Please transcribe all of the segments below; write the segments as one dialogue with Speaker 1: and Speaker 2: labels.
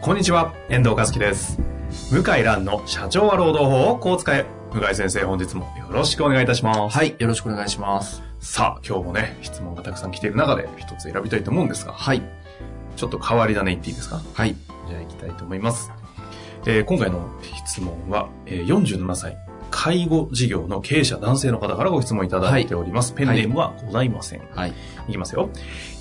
Speaker 1: こんにちは、遠藤和樹です。向井蘭の社長は労働法をこう使え。向井先生、本日もよろしくお願いいたします。
Speaker 2: はい、よろしくお願いします。
Speaker 1: さあ、今日もね、質問がたくさん来ている中で一つ選びたいと思うんですが、
Speaker 2: はい、
Speaker 1: ちょっと変わり種言っていいですか
Speaker 2: はい、
Speaker 1: じゃあ行きたいと思います。えー今回の質問は、えー47歳、介護事業の経営者男性の方からご質問いただいております。ペンネームはございません。
Speaker 2: はい、
Speaker 1: いきますよ。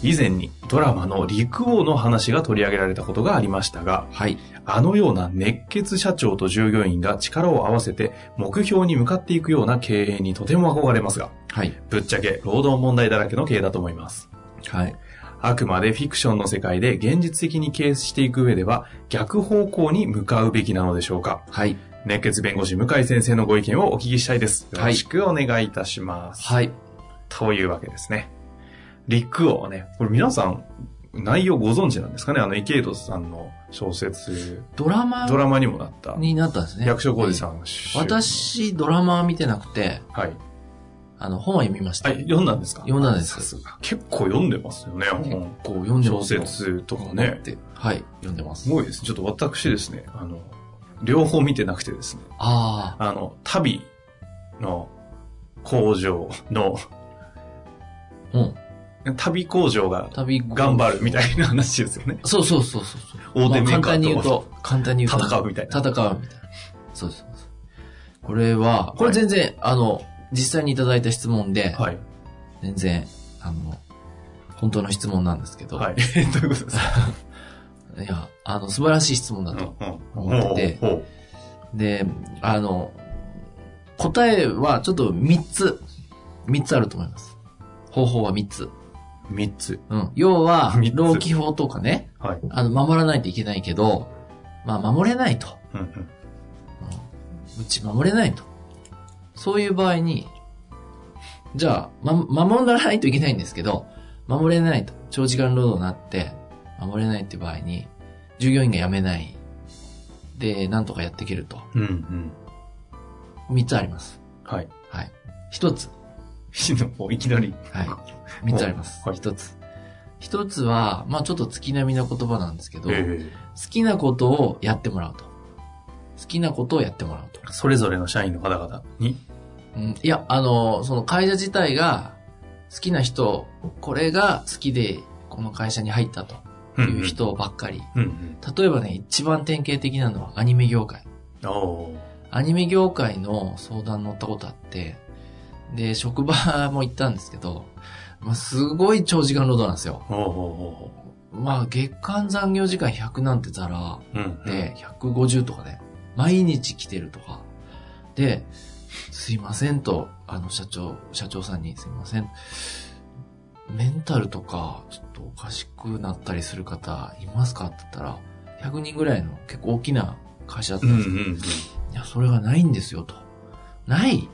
Speaker 1: 以前にドラマの陸王の話が取り上げられたことがありましたが、
Speaker 2: はい、
Speaker 1: あのような熱血社長と従業員が力を合わせて目標に向かっていくような経営にとても憧れますが、
Speaker 2: はい、
Speaker 1: ぶっちゃけ労働問題だらけの経営だと思います。
Speaker 2: はい、
Speaker 1: あくまでフィクションの世界で現実的に経営していく上では逆方向に向かうべきなのでしょうか
Speaker 2: はい、
Speaker 1: 熱血弁護士向井先生のご意見をお聞きしたいです。よろしくお願いいたします。
Speaker 2: はい、
Speaker 1: というわけですね。陸王ね、これ皆さん内容ご存知なんですかねあの池井戸さんの小説、
Speaker 2: ドラマ
Speaker 1: ドラマにもなった。
Speaker 2: になったんですね。
Speaker 1: 役所広司さ
Speaker 2: ん。
Speaker 1: ん、主
Speaker 2: 私、ドラマは見てなくて、
Speaker 1: はい。
Speaker 2: あの、本は読みました。
Speaker 1: あ、読んだんですか
Speaker 2: 読んだんです
Speaker 1: さすが。結構読んでますよね、本。
Speaker 2: こう、読んでま
Speaker 1: 小
Speaker 2: すよ
Speaker 1: 説とか
Speaker 2: 本っ
Speaker 1: ね。
Speaker 2: て。はい、読んでます
Speaker 1: す。ごいですね。ちょっと私ですね、あの、両方見てなくてですね、
Speaker 2: あ
Speaker 1: あの、旅の工場の、
Speaker 2: あ、うん。
Speaker 1: 旅工場が
Speaker 2: 旅、
Speaker 1: 頑張るみ
Speaker 2: い。
Speaker 1: たいな話ですよね。
Speaker 2: そうそうそうそう。
Speaker 1: 大手メーカーと
Speaker 2: まあ簡単に言うと、簡単に言うと。
Speaker 1: 戦うみたいな。
Speaker 2: 戦うみたいな。そうそうそう。これは、これ全然、あの、実際にいただいた質問で、
Speaker 1: はい。
Speaker 2: 全然、あの、本当の質問なんですけど、、
Speaker 1: はい い。どういうことですか
Speaker 2: や、 あの、素晴らしい質問だと。思ってて
Speaker 1: ほうほう
Speaker 2: で、あの、答えはちょっと3つ、3つあると思います。方法は3つ。
Speaker 1: 三つ。
Speaker 2: うん。要は
Speaker 1: 三、つ
Speaker 2: 老基法とかね、
Speaker 1: はい。
Speaker 2: あの、守らないといけないけど、まあ、守れないと。
Speaker 1: うんうん
Speaker 2: うち守れないと。そういう場合に、じゃあ、ま、守らないといけないんですけど、守れないと。長時間労働になって、守れないって場合に、従業員が辞めない。で、なんとかやっていけると。
Speaker 1: うんうん。
Speaker 2: 三つあります。
Speaker 1: はい。
Speaker 2: はい。一つ。
Speaker 1: もういきなり。
Speaker 2: はい。三つあります
Speaker 1: は。い
Speaker 2: 一つ。一つは、まあちょっと月並みな言葉なんですけど、好
Speaker 1: え
Speaker 2: きなことをやってもらうと。好きなことをやってもらうと。
Speaker 1: えそれぞれの社員の方々に。
Speaker 2: うんいや、あの、その会社自体が好きな人、これが好きでこの会社に入ったと
Speaker 1: うん
Speaker 2: いう。人ばっかり。
Speaker 1: うんうん。
Speaker 2: 例えばね、一番典型的なのはアニメ業界。
Speaker 1: おー
Speaker 2: アニメ業界の相談乗ったことあって、で、職場も行ったんですけど、まあ、すごい長時間労働なんですよ。
Speaker 1: おうお
Speaker 2: まあ、月間残業時間100なんてざら、
Speaker 1: うおううんうん。
Speaker 2: で、150とかね、毎日来てるとか。で、すいませんと、あの社長、社長さんにすいません。メンタルとか、ちょっとおかしくなったりする方いますかって言ったら、100人ぐらいの結構大きな会社だった
Speaker 1: うんんう
Speaker 2: ですけど、
Speaker 1: ん
Speaker 2: いや、それがないんですよと。ない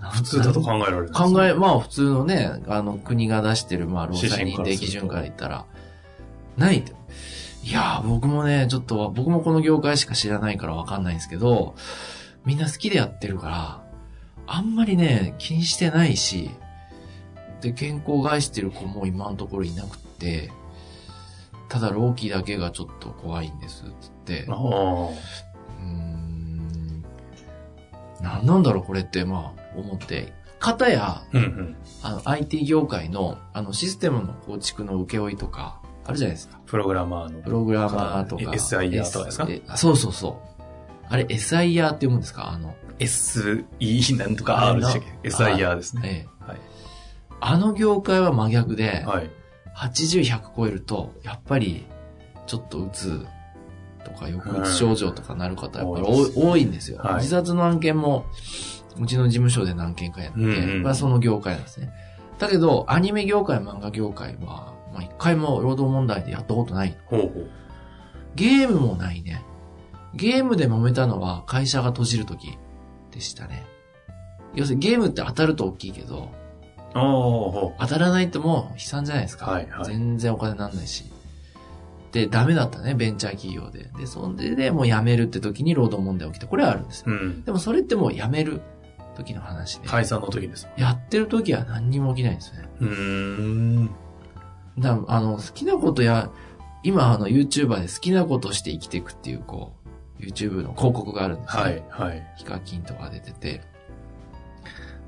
Speaker 2: 普
Speaker 1: 普通だと考えられるんですね。
Speaker 2: 考え、まあ普通のね、あの国が出してる、まあ労災
Speaker 1: 指針
Speaker 2: 認
Speaker 1: から
Speaker 2: 定
Speaker 1: すると
Speaker 2: 基準から言ったら、ないって。いやー、僕もね、ちょっと、僕もこの業界しか知らないからわかんないんですけど、みんな好きでやってるから、あんまりね、気にしてないし、で、健康を害してる子も今のところいなくて、ただ、老期だけがちょっと怖いんです、つって。
Speaker 1: あー
Speaker 2: うーん。なんなんだろう、これって、まあ、思って。かたや、
Speaker 1: うんうん。
Speaker 2: あの、IT 業界の、あの、システムの構築の請負とか、あるじゃないですか。
Speaker 1: プログラマーの。
Speaker 2: プログラマーとか。
Speaker 1: え SIR とかですか
Speaker 2: S- えあそうそうそう。あれ、SIR って読むんですかあの、
Speaker 1: SE なんとか R でしたっけ ?SIR ですね。
Speaker 2: ええ
Speaker 1: はい。
Speaker 2: あの業界は真逆で、
Speaker 1: はい。
Speaker 2: 80、100超えると、やっぱり、ちょっとうつとか、抑うつ症状とかなる方、やっぱり
Speaker 1: うん多い
Speaker 2: 多
Speaker 1: で
Speaker 2: い多いんですよ。
Speaker 1: はい
Speaker 2: 自殺の案件も、うちの事務所で何件かやって、
Speaker 1: うんうん
Speaker 2: まあその業界なんですね。だけど、アニメ業界、漫画業界は、まあ一回も労働問題でやったことない。
Speaker 1: ほうほう。
Speaker 2: ゲームもないね。ゲームで揉めたのは会社が閉じるときでしたね。要するにゲームって当たると大きいけど、
Speaker 1: ああ、ほ
Speaker 2: 当たらないともう悲惨じゃないですか。
Speaker 1: はいはい
Speaker 2: 全然お金なんないし。で、ダメだったね、ベンチャー企業で。で、そんで、でもう辞めるって時に労働問題起きて、これはあるんですよ。
Speaker 1: う。うん。
Speaker 2: でもそれってもう辞める時の話で。
Speaker 1: 解散の時です。
Speaker 2: やってる時は何にも起きないんですよね。
Speaker 1: うーん。
Speaker 2: だあの、好きなことや、今あの YouTuber で好きなことして生きていくっていう、こう、YouTube の広告があるんですよ。
Speaker 1: はい、はい。
Speaker 2: ヒカキンとか出てて、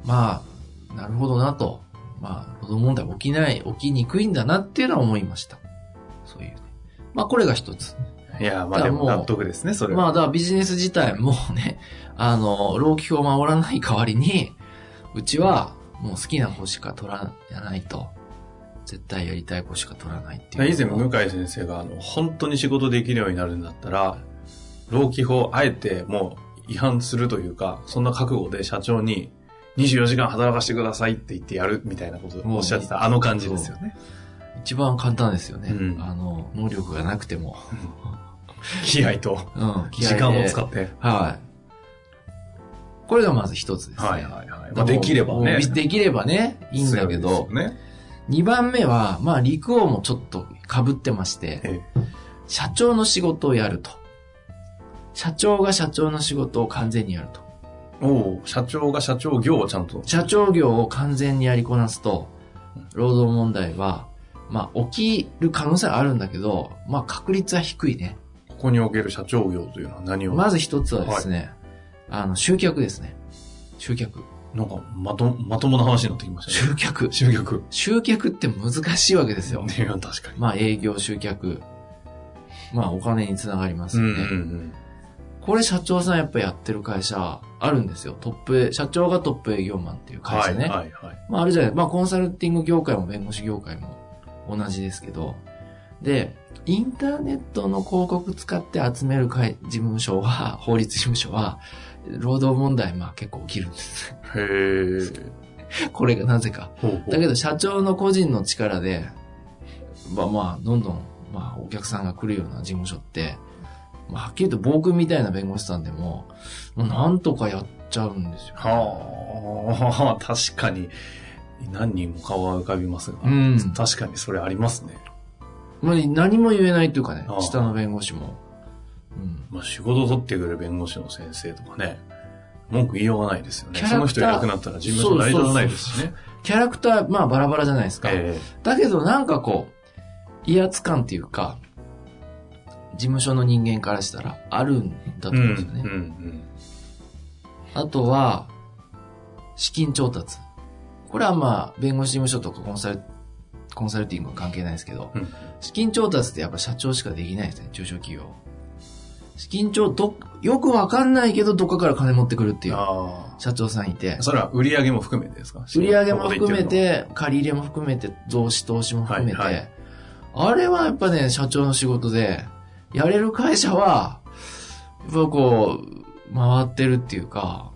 Speaker 2: まあ、なるほどなと。まあ、労働問題起きない、起きにくいんだなっていうのは思いました。そういうね。まあ、これが一つ。
Speaker 1: いや、まあ
Speaker 2: だか
Speaker 1: で
Speaker 2: らも
Speaker 1: も
Speaker 2: う
Speaker 1: 納得ですね、それは。
Speaker 2: まあ、だからビジネス自体もね、あの、老朽を守らない代わりに、うちはもう好きな子しか取らないと、絶対やりたい子しか取らないっていう。
Speaker 1: 以前、向井先生が、あの、本当に仕事できるようになるんだったら、労基法、あえてもう違反するというか、そんな覚悟で社長に、24時間働かせてくださいって言ってやるみたいなことをおっしゃってた、あの感じですよね。
Speaker 2: 一番簡単ですよね。
Speaker 1: うん
Speaker 2: あの、能力がなくても。
Speaker 1: 気合と、
Speaker 2: うん、気合
Speaker 1: 時
Speaker 2: で
Speaker 1: 間を使って。
Speaker 2: はい。これがまず一つですね。
Speaker 1: はいはいはい。まあ、できればね。
Speaker 2: もうできればね、いいんだけど
Speaker 1: 強、いですよね。
Speaker 2: 二番目は、まあ、陸王もちょっと被ってまして、
Speaker 1: え
Speaker 2: 社長の仕事をやると。社長が社長の仕事を完全にやると。
Speaker 1: えおう社長が社長業をちゃんと。
Speaker 2: 社長業を完全にやりこなすと、労働問題は、まあ、起きる可能性はあるんだけど、まあ、確率は低いね。
Speaker 1: ここにおける社長業というのは何を、
Speaker 2: まず一つはですね、あの、集客ですね。集客。
Speaker 1: なんか、まと、まともな話になってきましたね。
Speaker 2: 集客。
Speaker 1: 集客。
Speaker 2: 集客って難しいわけですよ。
Speaker 1: いや、確かに。
Speaker 2: まあ営業集客。まあお金につながりますよね。
Speaker 1: ん
Speaker 2: これ社長さんやっぱやってる会社あるんですよ。トップ営、社長がトップ営業マンっていう会社
Speaker 1: は
Speaker 2: ね。
Speaker 1: いはいはい。
Speaker 2: まああるじゃない。まあコンサルティング業界も弁護士業界も同じですけど。で、インターネットの広告使って集める会、事務所は、法律事務所は、労働問題、まあ結構起きるんです。
Speaker 1: へー
Speaker 2: これがなぜか。
Speaker 1: ほうほう
Speaker 2: だけど社長の個人の力で、まあまあ、どんどん、まあお客さんが来るような事務所って、まあはっきり言うと僕みたいな弁護士さんでも、もうなんとかやっちゃうんですよ。
Speaker 1: はあ、 確かに。何人も顔は浮かびますが。
Speaker 2: うん
Speaker 1: 確かにそれありますね。
Speaker 2: まあ何も言えないというかね
Speaker 1: あ、あ
Speaker 2: 下の弁護士も。うん。
Speaker 1: まあ、仕事を取ってくる弁護士の先生とかね、文句言いようがないですよね。
Speaker 2: キ
Speaker 1: そ
Speaker 2: ャラクター
Speaker 1: の人いなくなったら事務所成り立たないですしね。
Speaker 2: キャラクター、まあバラバラじゃないですか。
Speaker 1: え
Speaker 2: だけどなんかこう、威圧感っていうか、事務所の人間からしたらあるんだと
Speaker 1: え
Speaker 2: 思うんですよね。
Speaker 1: うんうん
Speaker 2: あとは、資金調達。これはまあ、弁護士事務所とかコンサル、コンサルティングは関係ないですけど、
Speaker 1: うん
Speaker 2: 資金調達ってやっぱ社長しかできないですね、中小企業。資金調、ど、よくわかんないけど、どっかから金持ってくるって
Speaker 1: う
Speaker 2: い
Speaker 1: ん。
Speaker 2: う
Speaker 1: あ
Speaker 2: 社長さんいて
Speaker 1: あ。、それは売り上げも含めてですか
Speaker 2: 売り上げも含め、
Speaker 1: ここで言って
Speaker 2: 借り入れも含めて、増資投資も含めて、
Speaker 1: はいはい
Speaker 2: あれはやっぱね、社長の仕事で、やれる会社は、やっぱこう、回ってるっていうか、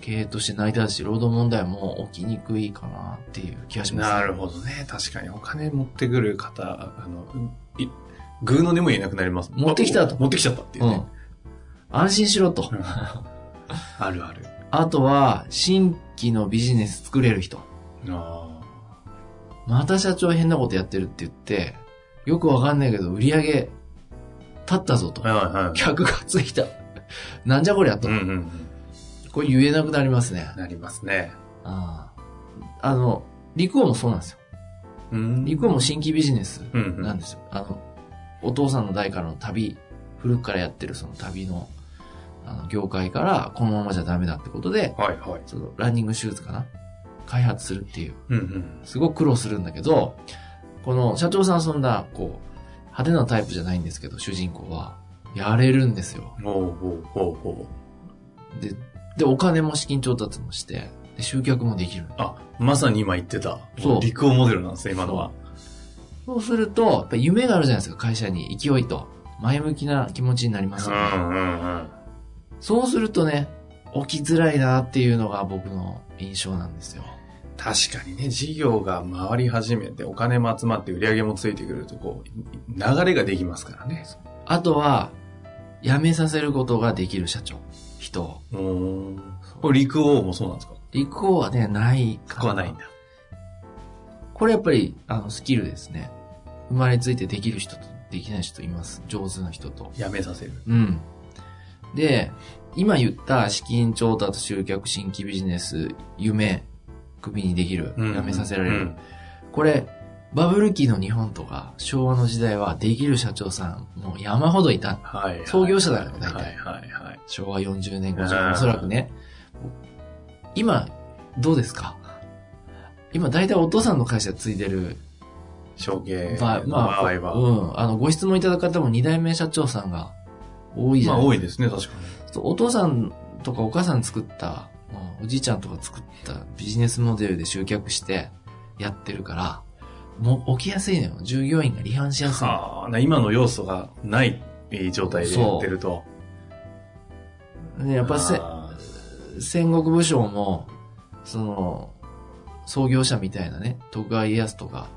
Speaker 2: 経営として成り立つし、労働問題も起きにくいかなっていう気がし
Speaker 1: るの
Speaker 2: ます、
Speaker 1: はなるほどね。確かにお金持ってくる方、あの、いぐうの根もいなくなります。
Speaker 2: 持ってきたと
Speaker 1: あ持ってきちゃったっていうね。
Speaker 2: うん。安心しろと。
Speaker 1: あるある。
Speaker 2: あとは、新規のビジネス作れる人。
Speaker 1: ああ。
Speaker 2: また社長変なことやってるって言って、よくわかんないけど、売り上げ、立ったぞと。
Speaker 1: はいはい。
Speaker 2: 客がついた。なんじゃこりゃと。
Speaker 1: うんうん
Speaker 2: これ言えなくなりますね
Speaker 1: う。ん。なりますね。
Speaker 2: あああの、陸王もそうなんですよ。
Speaker 1: うん
Speaker 2: 陸王も新規ビジネス
Speaker 1: うんう
Speaker 2: なん
Speaker 1: ん。
Speaker 2: ですよ。あの、お父さんの代からの旅、古くからやってるその旅の、あの、業界からこのままじゃダメだってことで、
Speaker 1: はいはい。
Speaker 2: そのランニングシューズかな開発するっていう。
Speaker 1: うんうん。
Speaker 2: すごく苦労するんだけど、この社長さんはそんな、こう、派手なタイプじゃないんですけど、主人公は、やれるんですよ。
Speaker 1: ほうほうほうほう。
Speaker 2: で、で、お金も資金調達もして、で集客もできる。
Speaker 1: あ、まさに今言ってた。
Speaker 2: そう
Speaker 1: 陸王モデルなんですね、今のは。
Speaker 2: そうすると、やっぱ夢があるじゃないですか、会社に。勢いと。前向きな気持ちになりますよね。
Speaker 1: うんうん。
Speaker 2: そうするとね、起きづらいなっていうのが僕の印象なんですよ。
Speaker 1: 確かにね、事業が回り始めて、お金も集まって売り上げもついてくると、こう、流れができますからね。
Speaker 2: あとは、辞めさせることができる社長。人を。
Speaker 1: うーん。これ、陸王もそうなんですか
Speaker 2: 陸王はね、ない
Speaker 1: そ
Speaker 2: か
Speaker 1: こはないんだ。
Speaker 2: これやっぱり、あの、スキルですね。生まれついてできる人とできない人います。上手な人と。
Speaker 1: やめさせる。
Speaker 2: うん。で、今言った資金調達、集客、新規ビジネス、夢、クビにできる、辞
Speaker 1: うん
Speaker 2: めさせられる。
Speaker 1: うん
Speaker 2: これ、バブル期の日本とか、昭和の時代はできる社長さん、もう山ほどいた。
Speaker 1: はいはい。
Speaker 2: 創業者だよ大体
Speaker 1: はいはいはい。
Speaker 2: 昭和40年、
Speaker 1: うん
Speaker 2: 50年、おそらくね。今、どうですか今、大体お父さんの会社ついてる
Speaker 1: 承継の場
Speaker 2: ま
Speaker 1: 合
Speaker 2: あ、まあ、
Speaker 1: は。
Speaker 2: うん。あの、ご質問いただく方も二代目社長さんが多いじ
Speaker 1: ま
Speaker 2: ゃ
Speaker 1: あ、
Speaker 2: ない
Speaker 1: 多
Speaker 2: で
Speaker 1: いですね、確か
Speaker 2: すか。お父さんとかお母さん作った、うんおじいちゃんとか作ったビジネスモデルで集客してやってるから、もう起きやすいのよ。従業員が離反しや
Speaker 1: に。
Speaker 2: すいの。
Speaker 1: はあ、な今の要素がない状態でやってると。
Speaker 2: ねやっぱせ
Speaker 1: あ
Speaker 2: 戦国武将も、その、創業者みたいなね、徳川家康とか、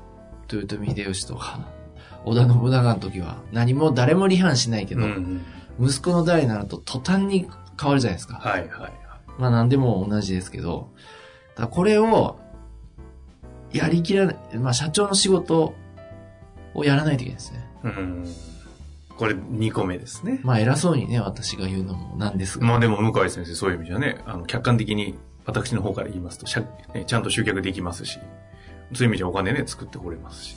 Speaker 2: 豊臣秀吉とか、 織田信長の時は何も誰も離反しないけ
Speaker 1: ー
Speaker 2: ど、
Speaker 1: うんうん。
Speaker 2: 息子の代になると途端に変わるじゃないですか。
Speaker 1: はいはい。
Speaker 2: まあ何でも同じですけど、だからこれを、やりきらない、まあ社長の仕事をやらないといけないですね。
Speaker 1: うん。これ、2個目ですね。
Speaker 2: まあ偉そうにね、私が言うのもなんですが。
Speaker 1: まあでも、向井先生、そういう意味じゃね、あの、客観的に、私の方から言いますと、しゃね、ちゃんと集客できますし、そういう意味じゃお金ね、作ってこれますし。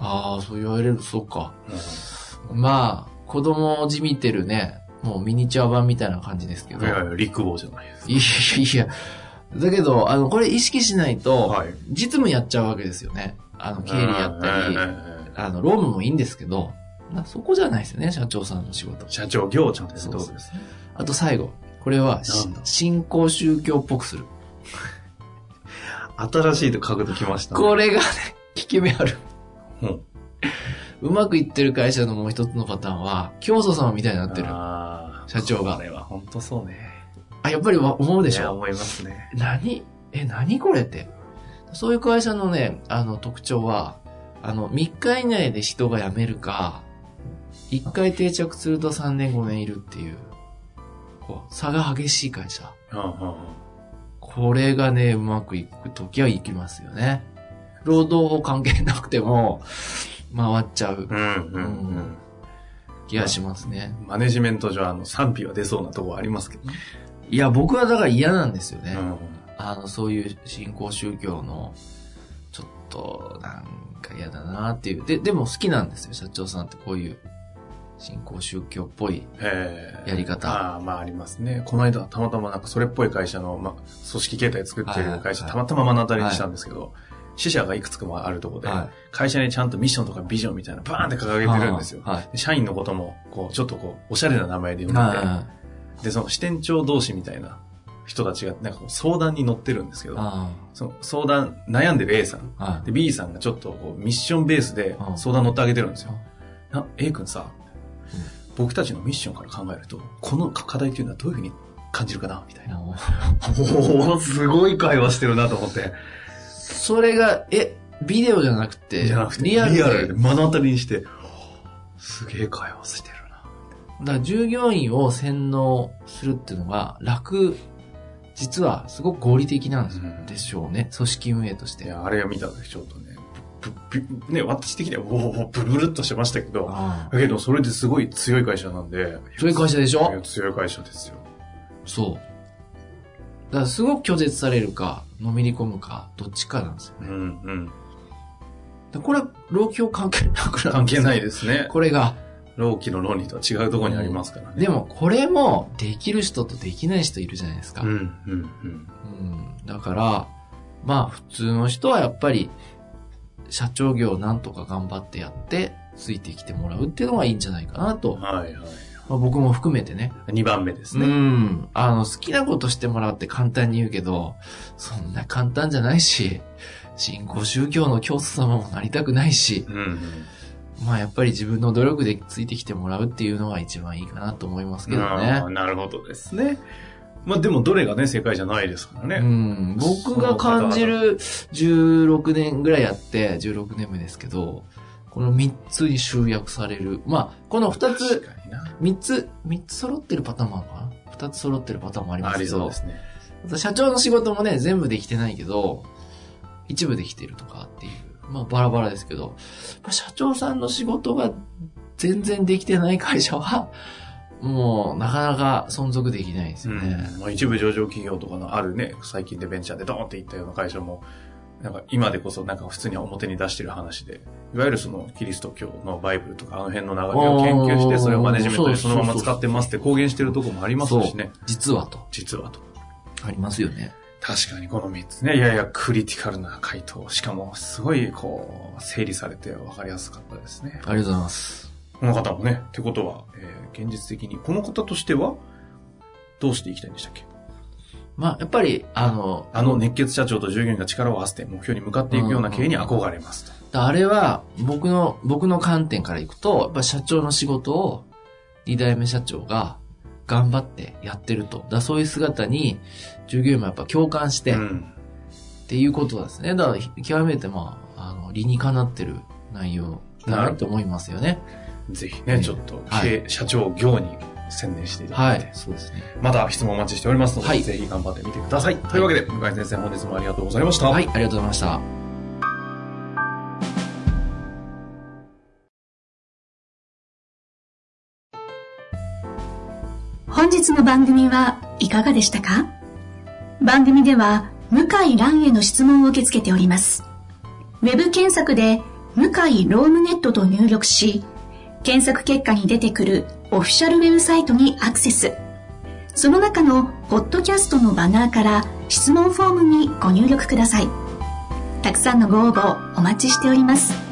Speaker 2: ああ、そう言われる、そうか。まあ、子供をじみてるね、もうミニチュア版みたいな感じですけ
Speaker 1: う
Speaker 2: ど。
Speaker 1: ん、いやいや、陸王じゃないです
Speaker 2: いやいやいや。だけど、あの、これ意識しないと、
Speaker 1: はい
Speaker 2: 実務やっちゃうわけですよね。あの、経理やったり、
Speaker 1: うんうんうん
Speaker 2: あの、労務もいいんですけど、なそこじゃないですよね、社長さんの仕事。
Speaker 1: 社長、行ちゃんです
Speaker 2: そうそう
Speaker 1: ですね。
Speaker 2: あと最後。これは、し
Speaker 1: なんだ
Speaker 2: 信仰宗教っぽくする。
Speaker 1: 新しいと角度きましたね、
Speaker 2: これがね、 効き目ある。
Speaker 1: うん
Speaker 2: うまくいってる会社のもう一つのパターンは、教祖様みたいになってる。あ
Speaker 1: あー
Speaker 2: 社長が
Speaker 1: これは本当そうね。
Speaker 2: やっぱりわ思うでし
Speaker 1: いや
Speaker 2: ょ。
Speaker 1: 思いますね。
Speaker 2: 何え、何これって。そういう会社のね、あの特徴は、あの、3日以内で人が辞めるか、1回定着すると3年5年いるっていう、こう、差が激しい会社。
Speaker 1: うんうんうん
Speaker 2: これがね、うまくいくときはいきますよね。労働法関係なくても、回っちゃ
Speaker 1: うん
Speaker 2: う
Speaker 1: うんうん
Speaker 2: 気がしますね。
Speaker 1: マネジメント上、あの、賛否は出そうなとこありますけどね。
Speaker 2: いや、僕はだから嫌なんですよね。
Speaker 1: うん
Speaker 2: あの、そういう信仰宗教の、ちょっと、なんか嫌だなっていう。で、でも好きなんですよ、社長さんってこういう、信仰宗教っぽい。
Speaker 1: えー
Speaker 2: やり方
Speaker 1: ああ、まあありますね。この間、たまたまなんかそれっぽい会社の、まあ、組織形態作って
Speaker 2: はい
Speaker 1: る
Speaker 2: はい
Speaker 1: 会社、たまたま目の当たりにしたんですけど、支社がいくつかもあるとこで、会社にちゃんとミッションとかビジョンみたいなバーンって掲げてるんですよ。
Speaker 2: はい。
Speaker 1: で社員のことも、こう、ちょっとこう、おしゃれな名前で呼んでて、
Speaker 2: あ
Speaker 1: で、その支店長同士みたいな人たちが、なんかこう相談に乗ってるんですけ
Speaker 2: あ、
Speaker 1: ど、
Speaker 2: あ
Speaker 1: その相談、悩んでる A さん。
Speaker 2: あ、はい。
Speaker 1: で、B さんがちょっとこうミッションベースで
Speaker 2: うん
Speaker 1: 相談乗ってあげてるんですよ。な A 君さ、僕たちのミッションから考えると、この課題っていうのはどういうふうに感じるかなみたいな。
Speaker 2: もう
Speaker 1: おおすごい会話してるなと思って。
Speaker 2: それが、え、ビデオじゃなくて、
Speaker 1: じゃなくて、
Speaker 2: リアルで。
Speaker 1: で目の当たりにして、すげえ会話してるな。
Speaker 2: だから従業員を洗脳するっていうのが楽、実はすごく合理的なんですよ
Speaker 1: うん
Speaker 2: でしょうね。組織運営として。
Speaker 1: いや、あれを見た時ちょっとね、ぶぶぶね、私的には、おおブルブルっとしてましたけど、
Speaker 2: ああ
Speaker 1: だけど、それですごい強い会社なんで。
Speaker 2: そういう会社でしょ
Speaker 1: いや強い会社ですよ。
Speaker 2: そう。だからすごく拒絶されるか、のめり込むか、どっちかなんですよ
Speaker 1: う
Speaker 2: ね。
Speaker 1: んうん。
Speaker 2: でこれ、老朽関係なくなる
Speaker 1: 関
Speaker 2: んです
Speaker 1: 係
Speaker 2: よ
Speaker 1: ないですね。
Speaker 2: これが。
Speaker 1: 老期の論理とは違うところにありますからね。
Speaker 2: でも、これも、できる人とできない人いるじゃないですか。
Speaker 1: うんうんうん。
Speaker 2: うんだから、まあ、普通の人はやっぱり、社長業をなんとか頑張ってやって、ついてきてもらうっていうのがいいんじゃないかなと。
Speaker 1: はいはい。
Speaker 2: まあ、僕も含めてね。
Speaker 1: 2番目です
Speaker 2: う
Speaker 1: ね。
Speaker 2: ん。あの、好きなことしてもらうって簡単に言うけど、そんな簡単じゃないし、信仰宗教の教祖様もなりたくないし、
Speaker 1: うんうん。
Speaker 2: まあやっぱり自分の努力でついてきてもらうっていうのが一番いいかなと思いますけどね
Speaker 1: あ。ーなるほどですね。まあでもどれがね、世界じゃないですからね。
Speaker 2: うん、僕が感じる16年ぐらいやって、16年目ですけど、この3つに集約される。まあ、この2
Speaker 1: 確
Speaker 2: つ、
Speaker 1: かにな。
Speaker 2: 3つ、3つ揃ってるパターンもあるのかな ?2 つ揃ってるパターンもありま
Speaker 1: あ
Speaker 2: すけ
Speaker 1: りそう
Speaker 2: ど
Speaker 1: で、すね。
Speaker 2: 社長の仕事もね、全部できてないけど、一部できてるとかっていう。まあ、バラバラですけど、まあ社長さんの仕事が全然できてない会社は、もう、なかなか存続できないです
Speaker 1: う
Speaker 2: よね。
Speaker 1: ん。まあ一部上場企業とかのあるね、最近でベンチャーでドーンっていったような会社も、なんか今でこそなんか普通に表に出してる話で、いわゆるそのキリスト教のバイブルとかあの辺の流れを研究して、それをマネジメントでそのまま使ってますって公言してるとこもありますしね、
Speaker 2: 実はと。
Speaker 1: 実はと。
Speaker 2: ありますよね。
Speaker 1: 確かにこの3つね、いやいやクリティカルな回答、しかもすごいこう、整理されて分かりやすかったですね。
Speaker 2: ありがとうございます。
Speaker 1: この方もね、ってことは、えー現実的に、この方としては、どうしていきたいんでしたっけ
Speaker 2: まあ、やっぱり、あの、
Speaker 1: あの熱血社長と従業員が力を合わせて目標に向かっていくような経営に憧れますと。
Speaker 2: あれは、僕の、僕の観点からいくと、やっぱ社長の仕事を、二代目社長が、頑張ってやってると。だからそういう姿に、従業員もやっぱ共感して、
Speaker 1: う
Speaker 2: っ
Speaker 1: ん
Speaker 2: ていうことですね。だから、ひ極めて、まあ、あの、理にかなってる内容だなって思いますよね。
Speaker 1: ぜひ
Speaker 2: う
Speaker 1: ね、
Speaker 2: ん
Speaker 1: ちょっと、
Speaker 2: はい
Speaker 1: 経営社長業に専念していただ
Speaker 2: はい
Speaker 1: て、
Speaker 2: い。そうですね。
Speaker 1: また質問お待ちしておりますので、
Speaker 2: はい
Speaker 1: ぜひ頑張ってみてください。というわけで、向井先生、本日もありがとうございました。
Speaker 2: はい、ありがとうございました。
Speaker 3: 本日の番組はいかがでしたか番組では向井蘭への質問を受け付けております。ウェブ検索で向井ロームネットと入力し、検索結果に出てくるオフィシャルウェブサイトにアクセス。その中のポッドキャストのバナーから質問フォームにご入力ください。たくさんのご応募お待ちしております。